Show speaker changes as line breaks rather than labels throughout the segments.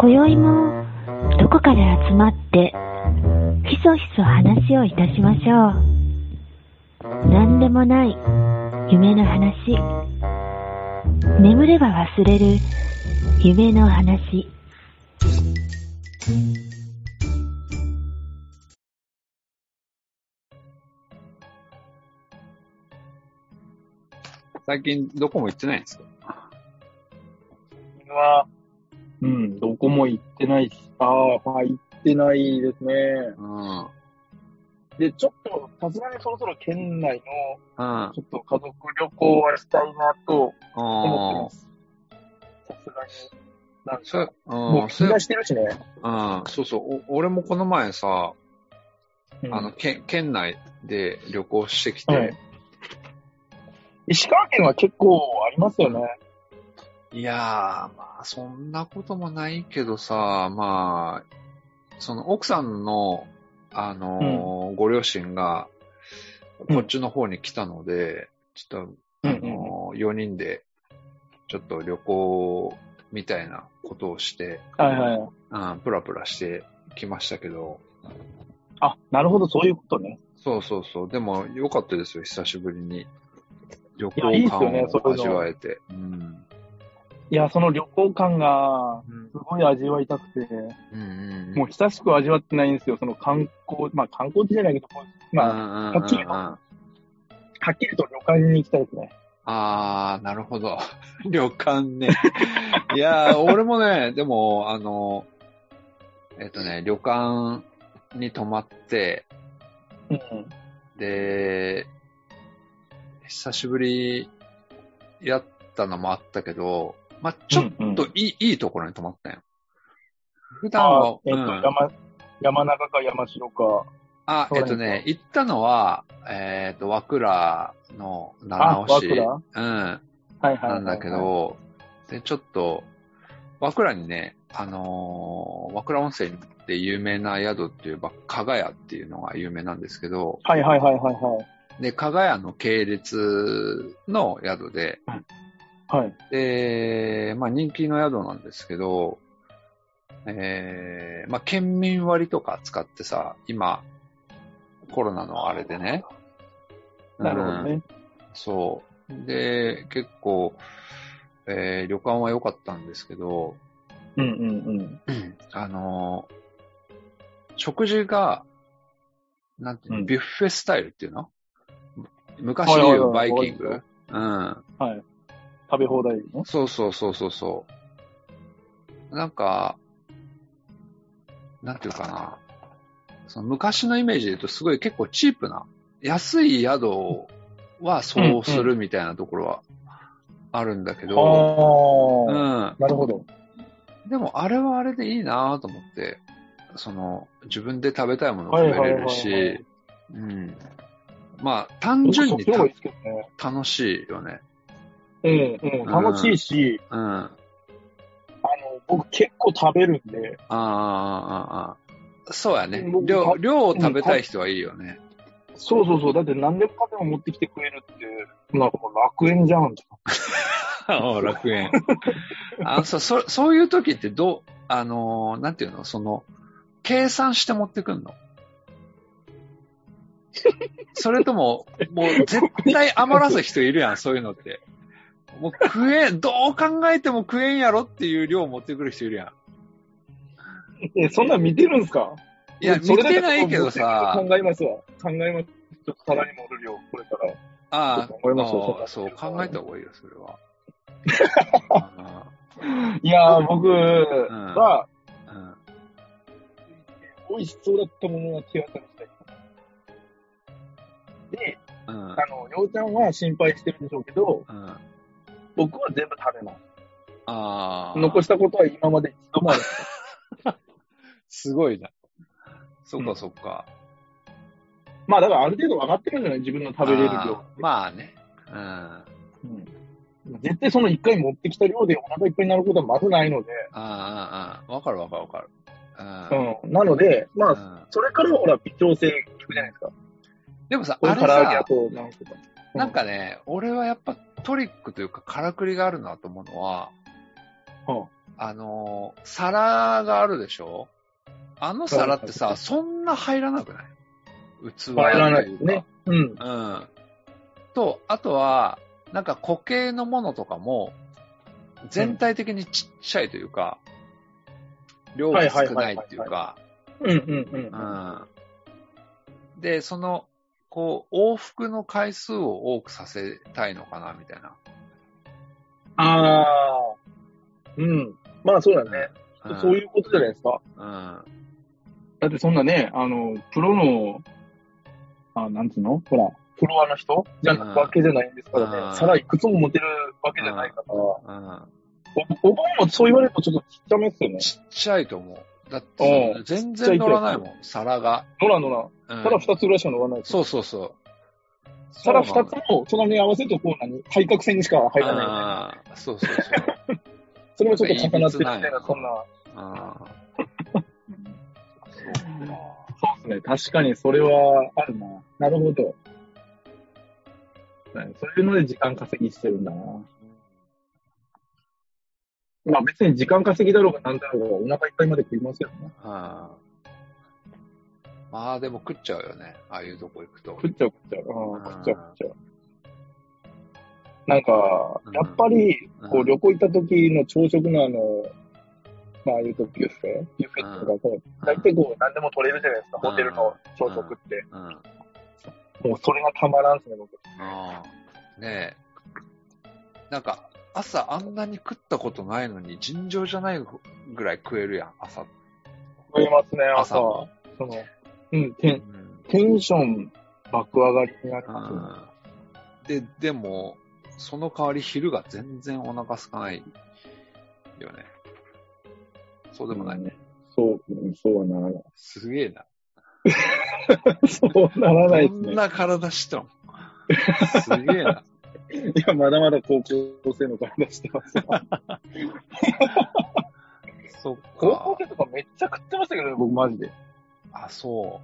今宵もどこかで集まってひそひそ話をいたしましょう何でもない夢の話眠れば忘れる夢の話
最近どこも行ってないんですか
近は、うん、どこも行ってないし、ああ、まあ行ってないですね。
うん。うん。
で、ちょっと、さすがにそろそろ県内の、ちょっと家族旅行はしたいなと思って
あ
ます。さすがに。なん
ーそ
か、
う、うん、
もう
そ
気
う
がしてるしね。
うん、そうそう、お俺もこの前さ、
うん
あの、県、県内で旅行してきて、
はい石川県は結構ありますよね。
いやー、まあ、そんなこともないけどさ、まあ、その奥さんの、あのーご両親が、
うん
こっちの方に来たので、ちょっと、あのー、4人で、ちょっと旅行みたいなことをして、
はいはい。
うん、プラプラしてきましたけど、
あ、なるほど、そういうことね。
そうそうそう、でも良かったですよ、久しぶりに。旅
いやいい
行
っすよ
感
ねそう
を
いうの
味わえて。うん。
いや、その旅行感
う
が、
ん
すごい味わいたくて、
うんうん。
もう久しく味わってないんですよ。その観光、まあ観光地じゃないけど、こうまあ、
あ
はっきりと
あ
はっきりと旅館に行きたいですね。
あー、なるほど。 旅館ね。いやー、俺もね、でも、あの、えっとね、旅館に泊まって、
うん。
で、久しぶりやったのもあったけど、まあ、ちょっ
っ
といい、いいところに泊まったよ。普段
あ
は
ー、えっと、
うん
山、山中か山城か。
あ、
そう
え
な
っと
んですか
ね、行ったのは、えっと、和倉の
あ、
七
和
尾市。
倉
う
は
ん、
いはいはい。
なんだけ。ど、で、ちょっと、和倉にね、あのー和倉温泉って有名な宿っていうば、加賀屋っていうのが有名なんですけど、
はいはいはいはいは
で、加賀屋の系列の宿で、
い。はい。
で、まあ人気の宿なんですけど、えー、まあ県民割とか使ってさ、今、コロナのあれでね。
なるほど
うん
ね。
そう。で、結構、えー旅館は良かったんですけど、
うんうんうん。
あのー食事が、なんていうの、
うん
ビュッフェスタイルっていうの昔で言うバ
はい
イ
はいはい
キングうん。
はい。食べ放題の
そうそうそうそうそう。なんか、なんていうかな。その昔のイメージで言うとすごい結構チープな。安い宿はそうするみたいなところはあるんだけど、う
ああ、
ん。
なるほど。
でもあれはあれでいいなと思って、その自分で食べたいものを食べれる
はいはいはいは
し、うん。まあ単純に
そっちの方がいい
た
ですけどね。
楽しいよね。
ええ、ええ、楽しいし、
うん。あ
あの、僕結構食べるんで、
あ、ああ、ああ。そうやね
僕。
量
た
量を食べたい人はいいよね。
そうそうそう、だって何でもかんでも持ってきてくれるって、なんかもう楽園じゃんとか。
ああ、 楽園。あそそそういう時ってどう、あのーなんていうの、その、計算して持ってくんの それとも、もう絶対余らす人いるやん、そういうのって。もう食えん、どう考えても食えんやろっていう量を持ってくる人いるや
え、そんなん見てるんすか
ん。いや、
そ
見
れだけ
てないけどさ、
考えますわ。考えます。ちょっとただに盛る量、これから。
ああ
思いますよ
ああ
そ
そうう、
考えたら
考えた方がいいよ、それは。あ
いやー、僕
あ
は、
うん
美味しそうだったものが手当たりしたい。で、
うん
あの、ようちゃんは心配してるんでしょうけど、
うん
僕は全部食べます。
ああ。
残したことは今まで一度もあ る。
すごいな。そっかそっか。
まあ、だからある程度分かってるんじゃない自分の食べれる量
あーまあね。うん。
うん絶対その一回持ってきた量でお腹いっぱいになることはまずないので、
あーあー、ああー。わかるわかるわかる。
うん。なので、
うん。
まあ、
あ、
それからほら、微調整いくじゃないですか。
でもさ、
これ
あ
唐
れ
揚げあ
さ、
と、なんとか。うん
なんかね、俺はやっぱトリックというかからくりがあるなと思うのは、
うん
あの、皿があるでしょあの皿ってさ、そんな入らなくない器
入らないですね。うん。
うん。と、あとは、なんか固形のものとかも、全体的にちっちゃいというか、量が少ないっていうか、
うんうん
う
うん。
ん。で、その、こう、往復の回数を多くさせたいのかな、みたいな。
ああ、うん。まあそうだね、うん。そういうことじゃないですか。
うん。
だってそんなね、あの、プロの、あなんつうのほら、フロアの人じゃなわけじゃないんですからね、うん、皿いくつも持てるわけじゃないから、うん、うん、おお盆もそう言われるとちょっとちっちゃめっすよね。
ちっちゃいと思う。だって、うん、全然乗らないもん、皿が。
乗ら乗ら。うん、皿二つぐらいしか乗らない。
そうそうそう。、
皿二つも隣に合わせるとこう何対角線にしか入らない
ね。そうそうそう。
それもちょっと重なってみたいな、そんな。そうですね。確かにそれはあるな。なるほど。そういうので時間稼ぎしてるんだな。まあ別に時間稼ぎだろうがなんだろうが、お腹いっぱいまで食いますよね。
はあ、まあでも食っちゃうよね。ああいうとこ行くと。
食っちゃう食っちゃう。うん、食っちゃう食っちゃう。なんか、やっぱり、こう旅行行った時の朝食のあの、まあ、ああいうとビュッフェビュッフェとかこう、大体こう何でも取れるじゃないですか、ホテルの朝食って。もうそれがたまらんすね、僕。
ああ。ねえ。なんか、朝あんなに食ったことないのに、尋常じゃないぐらい食えるやん、朝。、
食えますね、朝。その、うん、テン、うん、テンション爆上がりになります
ね、で、でも、その代わり昼が全然お腹空かないよね。そうでもないね。
うん、そう、そうはならない。
すげえな。
そうならないです
ね。こんな体したん。すげえな。
いや、まだまだ高校生の体してます。
そっか。
高校生とかめっちゃ食ってましたけどね、僕マジで。。
あ、そ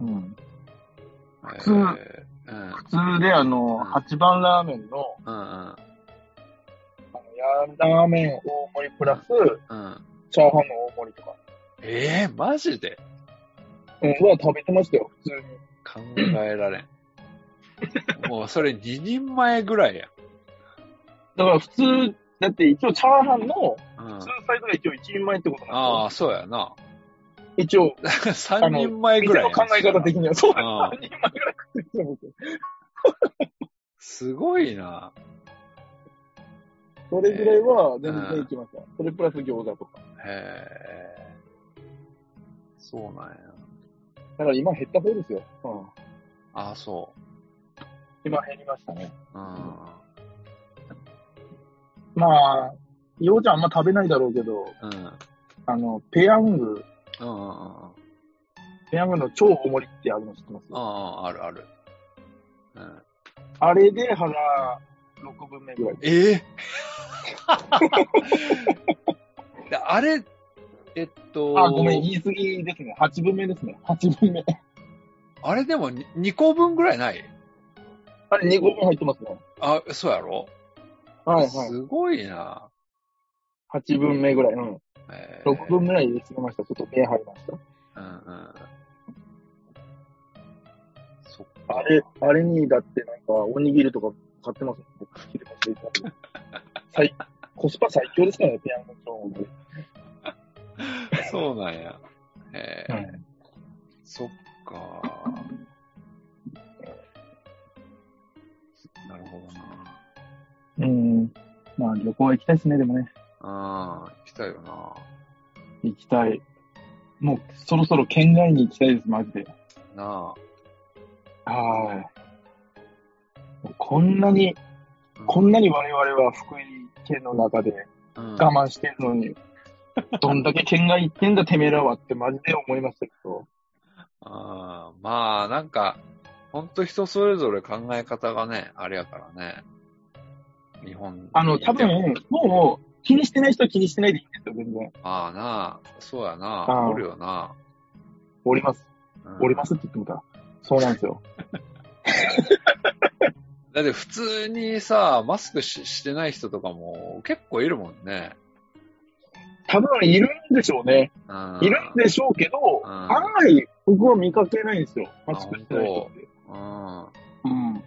う
うん。普通、えーうん、普通であの、八、うん、番ラーメンの、
うんうん、あ
のラーメン大盛りプラス、うん、チャーハンの大盛りとか。
ええー、マジで
うん、は食べてましたよ、普
通に。考えられ ん。もうそれ2人前ぐらいや。
だから普通、だって一応チャーハンの普通サイズが一応1人前ってことなん
で、うん、ああ、そうやな。
一応。
3人前ぐらい。
考え方的には。そう、3人前ぐらい食ってる僕。
すごいな。
それぐらいは全然いきました。うん、それプラス餃子とか。
へえ。そうなんや。
だから今減った方ですよ。うん。
ああ、そう。
今減りましたね。
うん。
まあ、ようちゃんあんま食べないだろうけど、
うん。
あの、ペヤング、
うんうんうん。
ペヤングの超大盛りってあるの知ってます
ああ、あるある。うん。
あれで腹6分目ぐらい。
え えー、あれ、えっと。
あ、ごめん、言い過ぎですね。8分目ですね。8分目。
あれでも 2, 2個分ぐらいない
あれ2個分入ってますね。
あ、そうやろ
はいはい。
すごいな。
8分目ぐらい。うん。えー、6分ぐらい入れすぎました。ちょっと目入りました。
うんうん。
そっか。あれ、あれにだってなんか、おにぎりとか買ってますね。僕、切れます ね。コスパ最強ですからね、ペヤング超音で。
そうなんや。ええーうん、そっか。なるほ
どな。うん。まあ旅行は行きたいですね、でもね。
うん、行きたいよな。
行きたい。もうそろそろ県外に行きたいです、マジで。
な
あ。はい。こんなに、うん、こんなに我々は福井県の中で我慢してるのに、 うんどんだけ県外行ってんだ、てめえらはってマジで思いましたけど。
あまあ、なんか、ほんと人それぞれ考え方がね、あれやからね。日本
あの、多分、もう、気にしてない人は気にしてないでいいんですよ、全然。
ああなあ、そうやな、おるよな。
おります。お、うん、りますって言ってもた。そうなんですよ。
だって普通にさ、マスクししてない人とかも結構いるもんね。
多分いるんでしょうね。いるんでしょうけど、案外僕は見かけないんですよ。マスクしてない人って。うん。なん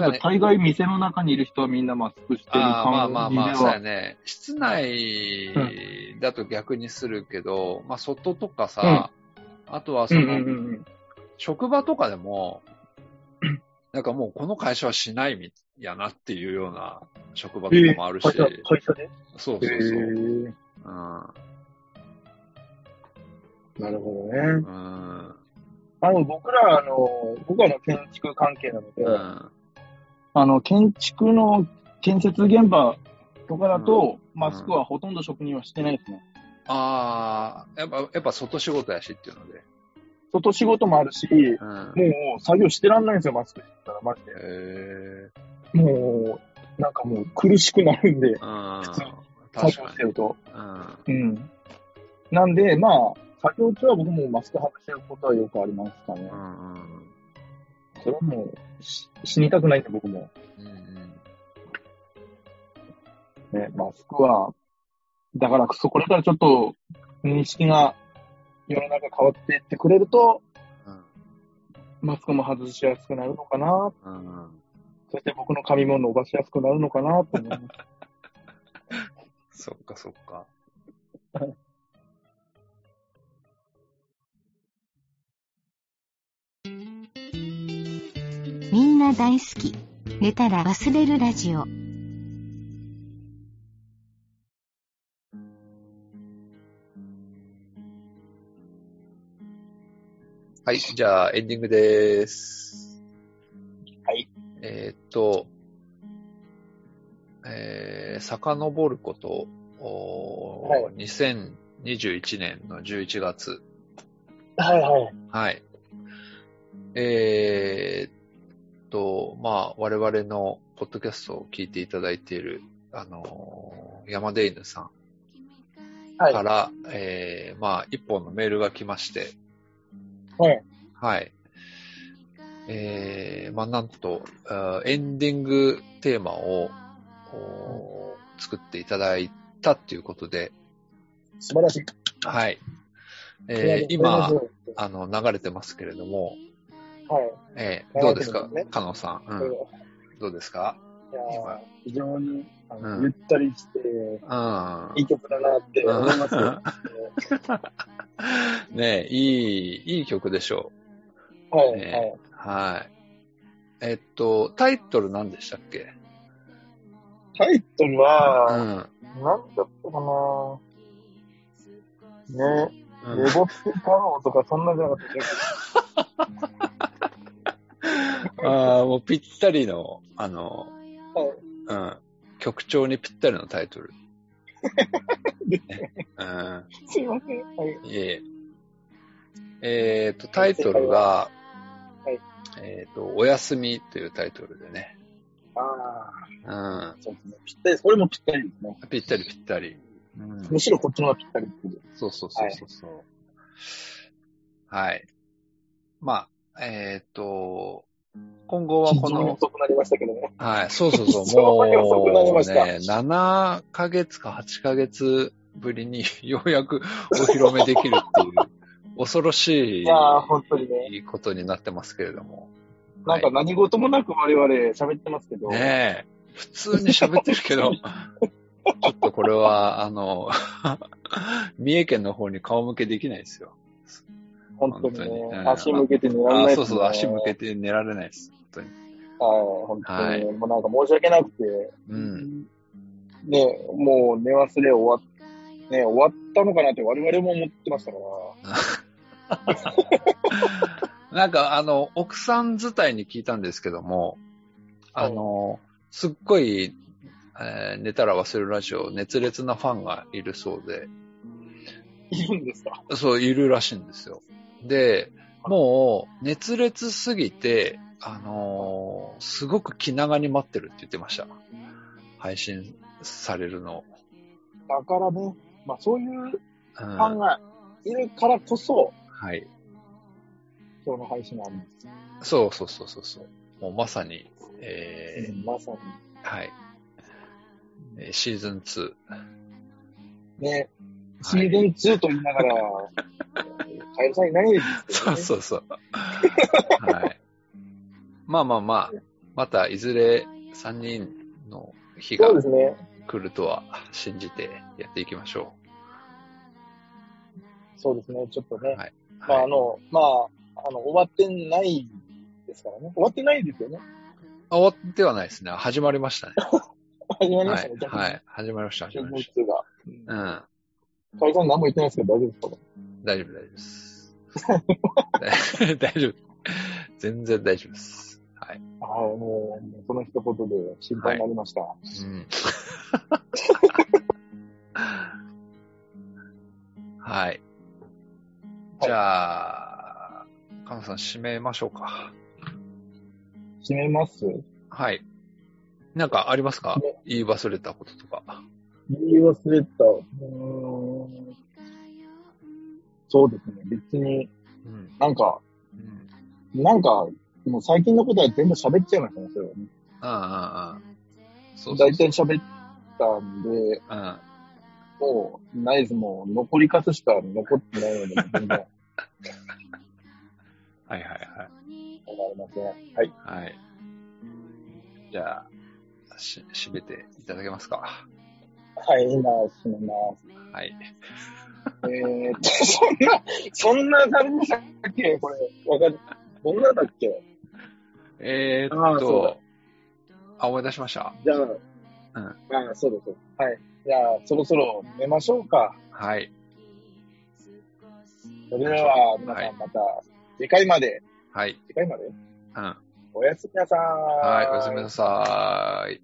か、ね、大概店の中にいる人はみんなマスクしてる感じでは
まあまあまあ、そうやね。室内だと逆にするけど、うん、まあ外とかさ、うん、あとはその、うんうんうん、職場とかでも、 なんかもうこの会社はしないみやなっていうような職場とかもあるし。えー、
会社会社で
そうそうそう。えー、うん、
なるほどね。うん、あの僕らあの、僕はの建築関係なので、うんあの、建築の建設現場とかだと、うん、マスクはほとんど職人はしてないです
う
ね。
ん、ああ、やっぱ、やっぱ外仕事やしっていうので。。
外仕事もあるし、うん、もう作業してらんないんですよ、マスクしてたら、マジで。へもう、なんかもう苦しくなるんで、普通作業してると。うん。なんで、まあ、作業中は僕もマスク外してることはよくありますかね。うんそれはもうし、死にたくないんで、僕も。うんうん、ね、マスクは、だからそこれからちょっと、認識が、世の中変わっていってくれると、うん、マスクも外しやすくなるのかな、うん、そして僕の髪も伸ばしやすくなるのかなと思います
そっかそっか。
みんな大好き。寝たら忘れるラジオ。
はい、じゃあエンディングです。
はい。
えー、っと、えー、遡ること、おはい、2021年の11月。
はいはい。
はい。えー、と、まあ、我々のポッドキャストを聞いていただいている、あのー、山出犬さんから、はい、えー、まあ、一本のメールが来まして、
はい。
はい。えー、まあ、なんと、エンディングテーマを、作っていただいたっていうことで、
素晴らしい。
はい。えー、今、あの、流れてますけれども、
はい。
ええー、どうですか、ね、加納さん。うん、どうですか
いや非常にあの、うん、ゆったりして、うん、いい曲だなって思いま すよ。
ねえ、いい、いい曲でしょ
う。はい、ね、
はい。はい。えっと、タイトル何でしたっけ
タイトルは、うん、何だったかなね、うん、レボス太郎とかそんなじゃなか ったっけ
ああ、もうぴったりの、あの、うん、曲調にぴったりのタイ トル。
ねうん、すいません。はい。
いええー、っと、タイトルが、はい、えー、っと、おやすみというタイトルでね。
あ
あ。うん。
そうですね。ぴったり、それもぴったりですね。
ぴったりぴったり。
うん、むしろこっちの方がぴったりっていう。
そうそうそうそうそう。はい。はい、まあ、えー、っと、今後はこの。
遅くなりましたけどね。
はい、そうそう そう。もう、ね、遅くなりました。7ヶ月か8ヶ月ぶりに ようやくお披露目できるっていう、 恐ろしい、い
や本当にね。
いいことになってますけれども。
なんか何事もなく我々喋ってますけど。
ねえ。普通に喋ってるけ ど、ちょっとこれは、あの、 三重県の方に顔向けできないですよ。
本当に、ね,当にね、足向けて寝られない
です、ね、そうそう、足向けて寝られないです。本
当に。はい、本当に、はい。もうなんか申し訳なくて、
うん。。
ね、もう寝忘れ終わっ、ね、終わったのかなって我々も思ってましたから
なんかあの、奥さん自体に聞いたんですけども、あの、すっごい、えー、寝たら忘れるラジオ、熱烈なファンがいるそうで。
いるんですか
そう、いるらしいんですよ。で、もう、熱烈すぎて、あのー、すごく気長に待ってるって言ってました。配信されるの。
だからね、まあそういうファンがいるからこそ、
うん、はい。。
今日の配信があるんです
そうそうそうそうそう。もうまさに、え
ー、まさに。
はい。シーズン2。
ね、シーズン2と言いながら、開催ないで す
そうそうそう。はい。まあまあまあ、またいずれ3人の日が来るとは信じてやっていきましょう。
そうですね、ちょっとね。はい。まあ、あの、まあ、あの、終わってないですからね。終わってないですよね。
終わってはないですね。始まりましたね。。
始まりましたね、はい。
はい。始まりました、始まりました
が。うん。会社何も言ってないですけど、大丈夫ですか
大丈夫、大丈夫です。大丈夫。全然大丈夫です。はい。
ああ、もう、その一言で心配になりました。はい、うん。
はい。じゃあ、カノさん締めましょうか。
締めます
はい。なんかありますか、ね、言い忘れたこととか。
言い忘れた。そうですね。別に、うん、なんか、うん、なんか、もう最近のことは全部喋っちゃいましたね、それはね。
ああ、ああ。
そう大体喋ったんで、うん、もう、ナイズも残りかすしか残ってないので、全然。。
はいはいはい
わかりません。はい。
はい。じゃあ、し、締めていただけますか。
はい、今、締めます。
はい。
えーっと、そんな、そんな感じでしたっけこれ、わかる。どんなだっけ
えーっと、あ思い出しました。
じゃあ、うん。ああ、そうです。はい。じゃあ、そろそろ寝ましょうか。
はい。
それでは、皆さんまた、次回まで。
はい。
次回まで
うん。
おやすみなさーい。
はい、おやすみなさーい。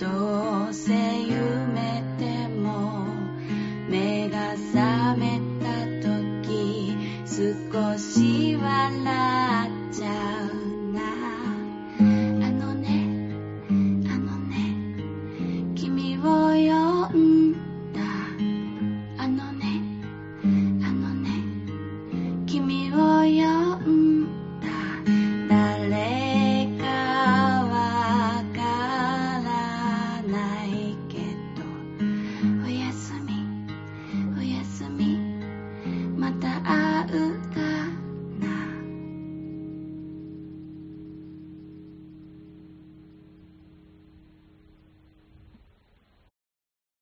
どうせ夢